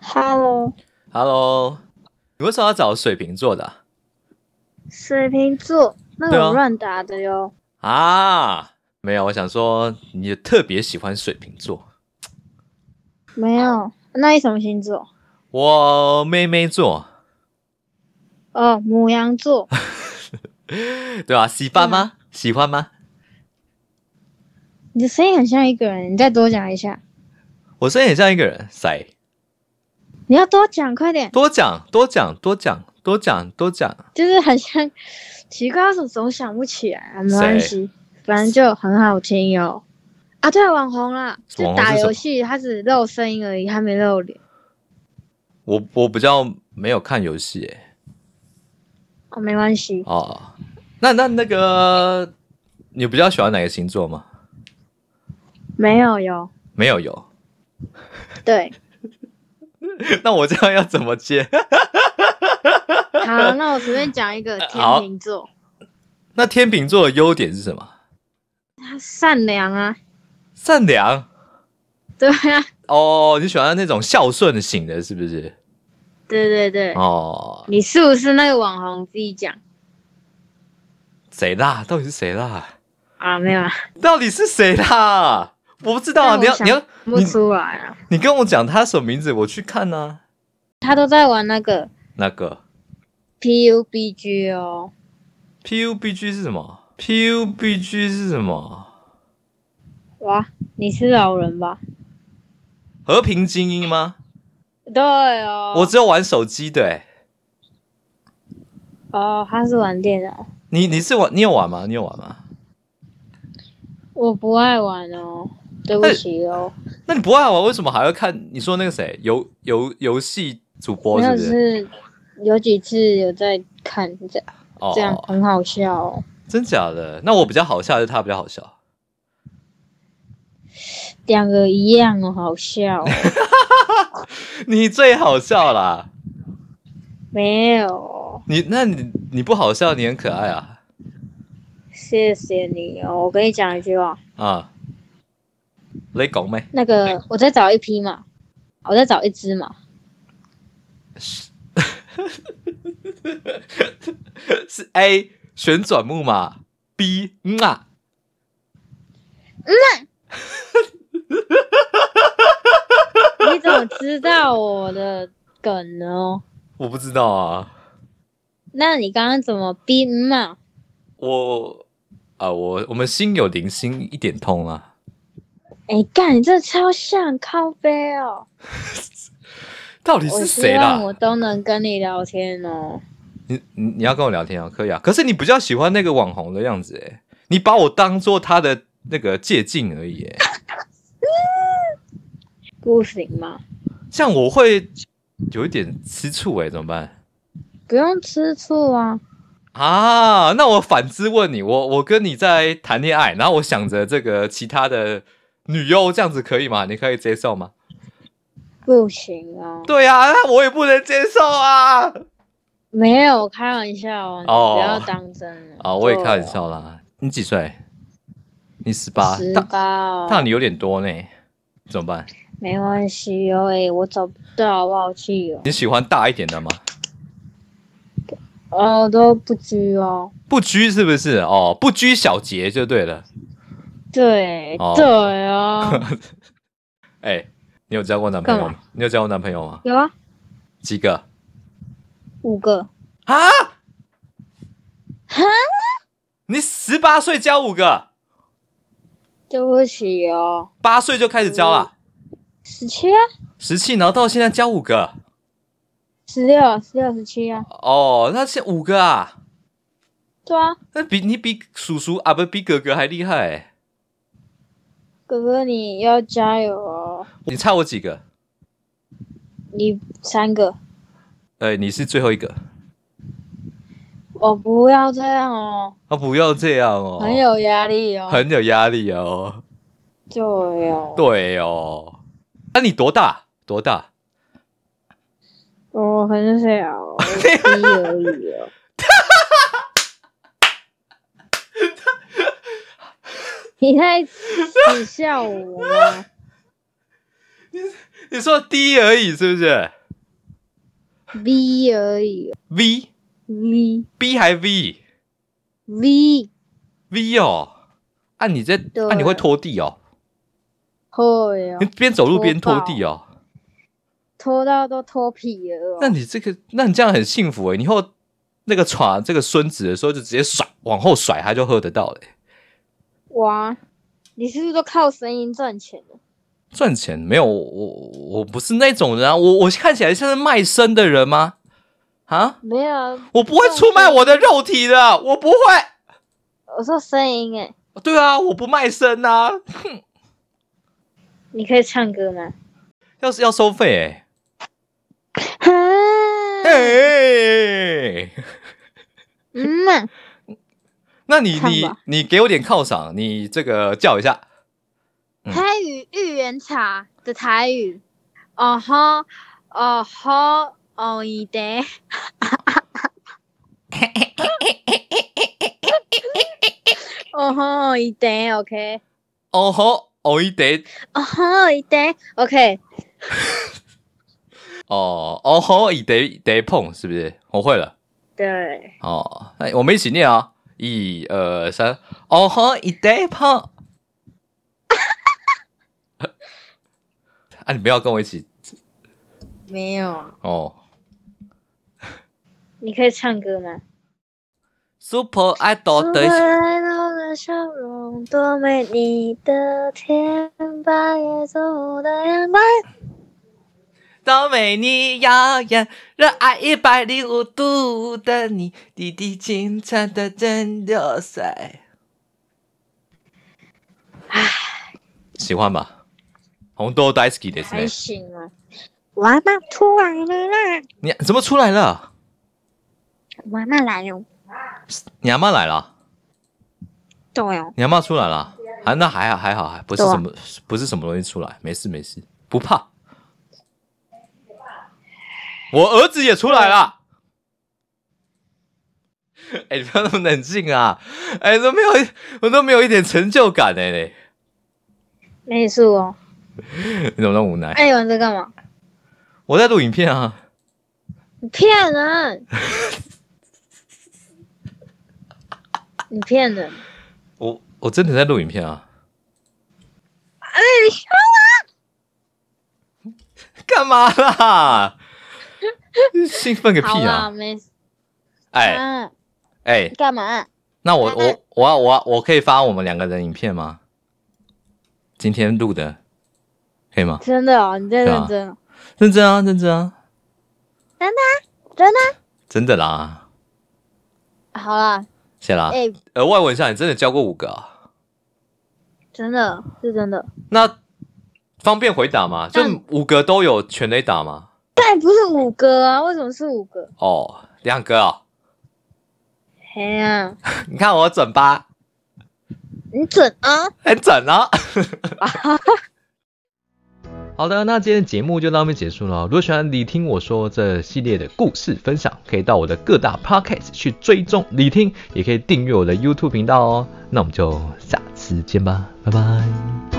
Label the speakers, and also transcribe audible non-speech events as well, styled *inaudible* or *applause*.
Speaker 1: Hello，
Speaker 2: Hello，你为什么要找水瓶座的
Speaker 1: 水瓶座，那
Speaker 2: 对啊
Speaker 1: 我乱答的哟。
Speaker 2: 啊？啊没有，我想说你特别喜欢水瓶座，
Speaker 1: 没有，那你什么星座？
Speaker 2: 我妹妹座，
Speaker 1: 哦，母羊座。
Speaker 2: 对吧、喜欢吗？喜欢吗？
Speaker 1: 你的声音很像一个人，你再多讲一下。
Speaker 2: 我声音很像一个人，塞，
Speaker 1: 你要多讲，快点。
Speaker 2: 多讲多讲多讲多讲多讲，
Speaker 1: 就是很像，奇怪，为什么总想不起来啊？没
Speaker 2: 谁
Speaker 1: 关系，反正就很好听哟。啊，对，网红啦，
Speaker 2: 网
Speaker 1: 就
Speaker 2: 红
Speaker 1: 打
Speaker 2: 是什
Speaker 1: 游
Speaker 2: 么
Speaker 1: 戏，他只露声音而已，他没露脸。
Speaker 2: 我我比较没有看游戏欸，
Speaker 1: 哦，没关系，
Speaker 2: 哦，那那那个你比较喜欢哪个星座吗？
Speaker 1: 没有哟。
Speaker 2: 没有有， *laughs*
Speaker 1: 对，
Speaker 2: 那我这样要怎么接？ *laughs*
Speaker 1: 好，那我随便讲一个
Speaker 2: *laughs* 好
Speaker 1: 天秤座，
Speaker 2: 那天秤座的优点是什么？
Speaker 1: 他善良啊，
Speaker 2: 善良。
Speaker 1: 对啊，
Speaker 2: 哦，你喜欢那种孝顺型的，是不是？
Speaker 1: 对对对。
Speaker 2: 哦，
Speaker 1: 你是不是那个网红？自己讲
Speaker 2: 谁啦？到底是谁啦？
Speaker 1: 啊，没有啊，到
Speaker 2: 到底是谁啦？我不知道啊，
Speaker 1: 但我
Speaker 2: 你要
Speaker 1: 想
Speaker 2: 你要
Speaker 1: 不出来啊。
Speaker 2: 你跟我讲他什么名字，我去看呢、
Speaker 1: 他都在玩那个
Speaker 2: 那个
Speaker 1: PUBG 哦，
Speaker 2: PUBG 是什么？PUBG 是什么？
Speaker 1: 哇，你是老人吧？
Speaker 2: 和平精英吗？
Speaker 1: 对哦，
Speaker 2: 我只有玩手机的、欸。
Speaker 1: 哦，他是玩电脑，
Speaker 2: 你你是玩你有玩吗？你有玩吗？
Speaker 1: 我不爱玩哦，对不起哦，
Speaker 2: 那你不爱玩，为什么还要看？你说那个谁游游游戏主播
Speaker 1: 没
Speaker 2: 是
Speaker 1: 有
Speaker 2: 不是？
Speaker 1: 是有几次有在看，这
Speaker 2: 哦
Speaker 1: 这样
Speaker 2: 哦，
Speaker 1: 很好笑哦。
Speaker 2: 真假的？那我比较好笑，还是他比较好笑？
Speaker 1: 两个一样哦，好笑哦、
Speaker 2: 你最好笑啦！
Speaker 1: 没有哦，
Speaker 2: 你那你你不好笑，你很可爱啊
Speaker 1: 谢谢你哦。我跟你讲一句话，
Speaker 2: 啊！雷公妹，
Speaker 1: 那个我再找一匹马，我再找一只马，
Speaker 2: 是 A 旋转木马，B 嗯啊，
Speaker 1: 你怎么知道我的梗呢？
Speaker 2: 我不知道啊，
Speaker 1: 那你刚刚怎么逼嘛？
Speaker 2: 我啊我我们心有灵犀一点通啊，
Speaker 1: 哎，干，你这超像靠背哦！
Speaker 2: 到底
Speaker 1: 我
Speaker 2: 是
Speaker 1: 希
Speaker 2: 谁啦
Speaker 1: 望？我都能跟你聊天哦。
Speaker 2: 你你你要跟我聊天啊，可以啊，可是你比较喜欢那个网红的样子诶，你把我当做他的那个借镜而已诶。欸
Speaker 1: 不行吗？
Speaker 2: 这样我会有一点吃醋诶，怎么办？
Speaker 1: 不用吃醋啊！
Speaker 2: 啊，那我反之问你，我我跟你在谈恋爱，然后我想着这个其他的女优，这样子可以吗？你可以接受吗？
Speaker 1: 不行啊！
Speaker 2: 对呀、啊，那我也不能接受啊！
Speaker 1: 没有，我开玩笑哦，你
Speaker 2: 哦
Speaker 1: 不要当真了。
Speaker 2: 啊，我也开玩笑啦。你几岁？你十八，
Speaker 1: 十
Speaker 2: 大
Speaker 1: 八
Speaker 2: 大
Speaker 1: 哦，
Speaker 2: 你有点多呢，怎么办？
Speaker 1: 没关系哦。哎，我找不到，我好气哦。
Speaker 2: 你喜欢大一点的吗？
Speaker 1: 哦，都不拘哦。
Speaker 2: 不拘是不是？哦，不拘小节就对了。
Speaker 1: 对，
Speaker 2: 哦
Speaker 1: 对
Speaker 2: *laughs*
Speaker 1: 哦。
Speaker 2: 哎、你有交过男朋友
Speaker 1: 干
Speaker 2: 吗？你有交过男朋友吗？
Speaker 1: 有啊，
Speaker 2: 几个？
Speaker 1: 五个。
Speaker 2: 啊？
Speaker 1: 哈，
Speaker 2: 你十八岁交五个？
Speaker 1: 对不起哦。
Speaker 2: 八岁就开始交啦，
Speaker 1: 十七啊，
Speaker 2: 十七，然后到现在交五个，
Speaker 1: 十六啊，十六十七啊，
Speaker 2: 哦，那现五个啊，
Speaker 1: 对啊，
Speaker 2: 那比你比叔叔啊，不比哥哥还厉害、欸，
Speaker 1: 哥哥你要加油哦，
Speaker 2: 你差我几个？
Speaker 1: 你三个，
Speaker 2: 呃，你是最后一个，
Speaker 1: 我不要这样哦，
Speaker 2: 啊，不要这样哦，
Speaker 1: 很有压力哦，
Speaker 2: 很有压力哦，
Speaker 1: 对哦，
Speaker 2: 对哦，那、你多大？多大？
Speaker 1: 我很小，哦
Speaker 2: *laughs*
Speaker 1: 我低而已哦， *laughs* 你在耻笑我吗？
Speaker 2: 你说 D 而已，是不是
Speaker 1: ，V 而已哦
Speaker 2: ？V
Speaker 1: ，V
Speaker 2: B 还 V
Speaker 1: V
Speaker 2: V 哦？啊，你这
Speaker 1: 对
Speaker 2: 啊，你会拖地哦？
Speaker 1: 会哦
Speaker 2: 你，边走路边拖地哦？
Speaker 1: 脱到都脱皮了哦。
Speaker 2: 那你这个，那你这样很幸福诶，欸你以后那个闯这个孙子的时候，就直接甩往后甩，他就喝得到嘞。
Speaker 1: 哇，你是不是都靠声音赚钱的？
Speaker 2: 赚钱没有，我我我不是那种人啊，我我看起来像是卖身的人吗？啊，
Speaker 1: 没有啊，
Speaker 2: 我不会出卖我的肉体的，我不会。
Speaker 1: 我说声音哎，
Speaker 2: 对啊，我不卖身啊，
Speaker 1: 你可以唱歌吗？
Speaker 2: 要是要收费欸
Speaker 1: 哈
Speaker 2: 诶。哎、
Speaker 1: 嗯呐、
Speaker 2: 那你
Speaker 1: 看
Speaker 2: 你
Speaker 1: 吧
Speaker 2: 你给我点犒赏，你这个叫一下，嗯
Speaker 1: 台语芋圆茶的台语，哦吼，哦吼，哦一的，哦吼哦一的，OK，
Speaker 2: 哦吼，哦一得，
Speaker 1: 哦吼哦一的，OK，
Speaker 2: 哦哦吼，一得得碰，是不是？我会了。
Speaker 1: 对，
Speaker 2: 哦，那我们一起念啊、一二三，哦吼，一得碰。 *laughs* 啊，你不要跟我一起
Speaker 1: 没有，啊
Speaker 2: 哦。
Speaker 1: 你可以唱歌吗？
Speaker 2: Super Idol
Speaker 1: 多
Speaker 2: 的
Speaker 1: 爱到的笑容，多美丽的天，八月中的阳光。
Speaker 2: 都为你耀眼，热爱一百零五度的你，滴滴清澈的蒸馏水。喜欢吧？红豆 d i s k y 的
Speaker 1: 还
Speaker 2: 是
Speaker 1: 行啊，娃娃出来了啦，
Speaker 2: 你怎么出来了？
Speaker 1: 娃娃来哦，
Speaker 2: 你阿妈来了，
Speaker 1: 对哦，
Speaker 2: 你阿妈出来了啊？那还好，还好，还不是
Speaker 1: 对啊
Speaker 2: 什么，不是什么东西出来，没事没事，不怕。我儿子也出来了。 *laughs* 哎、你不要那么冷静啊！哎、都没有，我都没有一点成就感哎、
Speaker 1: 那也是哦。
Speaker 2: 你怎么那么无奈？
Speaker 1: 哎，你玩这干嘛？
Speaker 2: 我在录影片啊。
Speaker 1: 你骗人！ *laughs* 你骗
Speaker 2: *laughs*
Speaker 1: 人！
Speaker 2: 我我真的在录影片啊！
Speaker 1: 啊
Speaker 2: 哎，干嘛啦？
Speaker 1: *laughs*
Speaker 2: 兴奋个屁
Speaker 1: 好啦，
Speaker 2: 啊！
Speaker 1: 没事。
Speaker 2: 哎
Speaker 1: 啊，
Speaker 2: 哎
Speaker 1: 你，干嘛？
Speaker 2: 那我我我要我要我可以发我们两个人影片吗？今天录的可以吗？
Speaker 1: 真的哦，你在
Speaker 2: 对啊
Speaker 1: 认真哦？
Speaker 2: 认真啊，认真啊，
Speaker 1: 真的
Speaker 2: 真的啦，
Speaker 1: 啊？好啦，
Speaker 2: 谢啦。
Speaker 1: 哎，
Speaker 2: 额外文上你真的教过五个、啊，
Speaker 1: 真的是真的。
Speaker 2: 那方便回答吗？就
Speaker 1: 嗯
Speaker 2: 五个都有全雷打吗？
Speaker 1: 但不是五个啊？为什么是五个？
Speaker 2: 哦，两个哦，
Speaker 1: 嘿哎呀，
Speaker 2: 你看我准吧？
Speaker 1: 你准啊！
Speaker 2: 很准哦。 *laughs* 好的，那今天的节目就到这边结束了哦。如果喜欢你听我说这系列的故事分享，可以到我的各大 podcast 去追踪你听，也可以订阅我的 YouTube 频道哦。那我们就下次见吧，拜拜。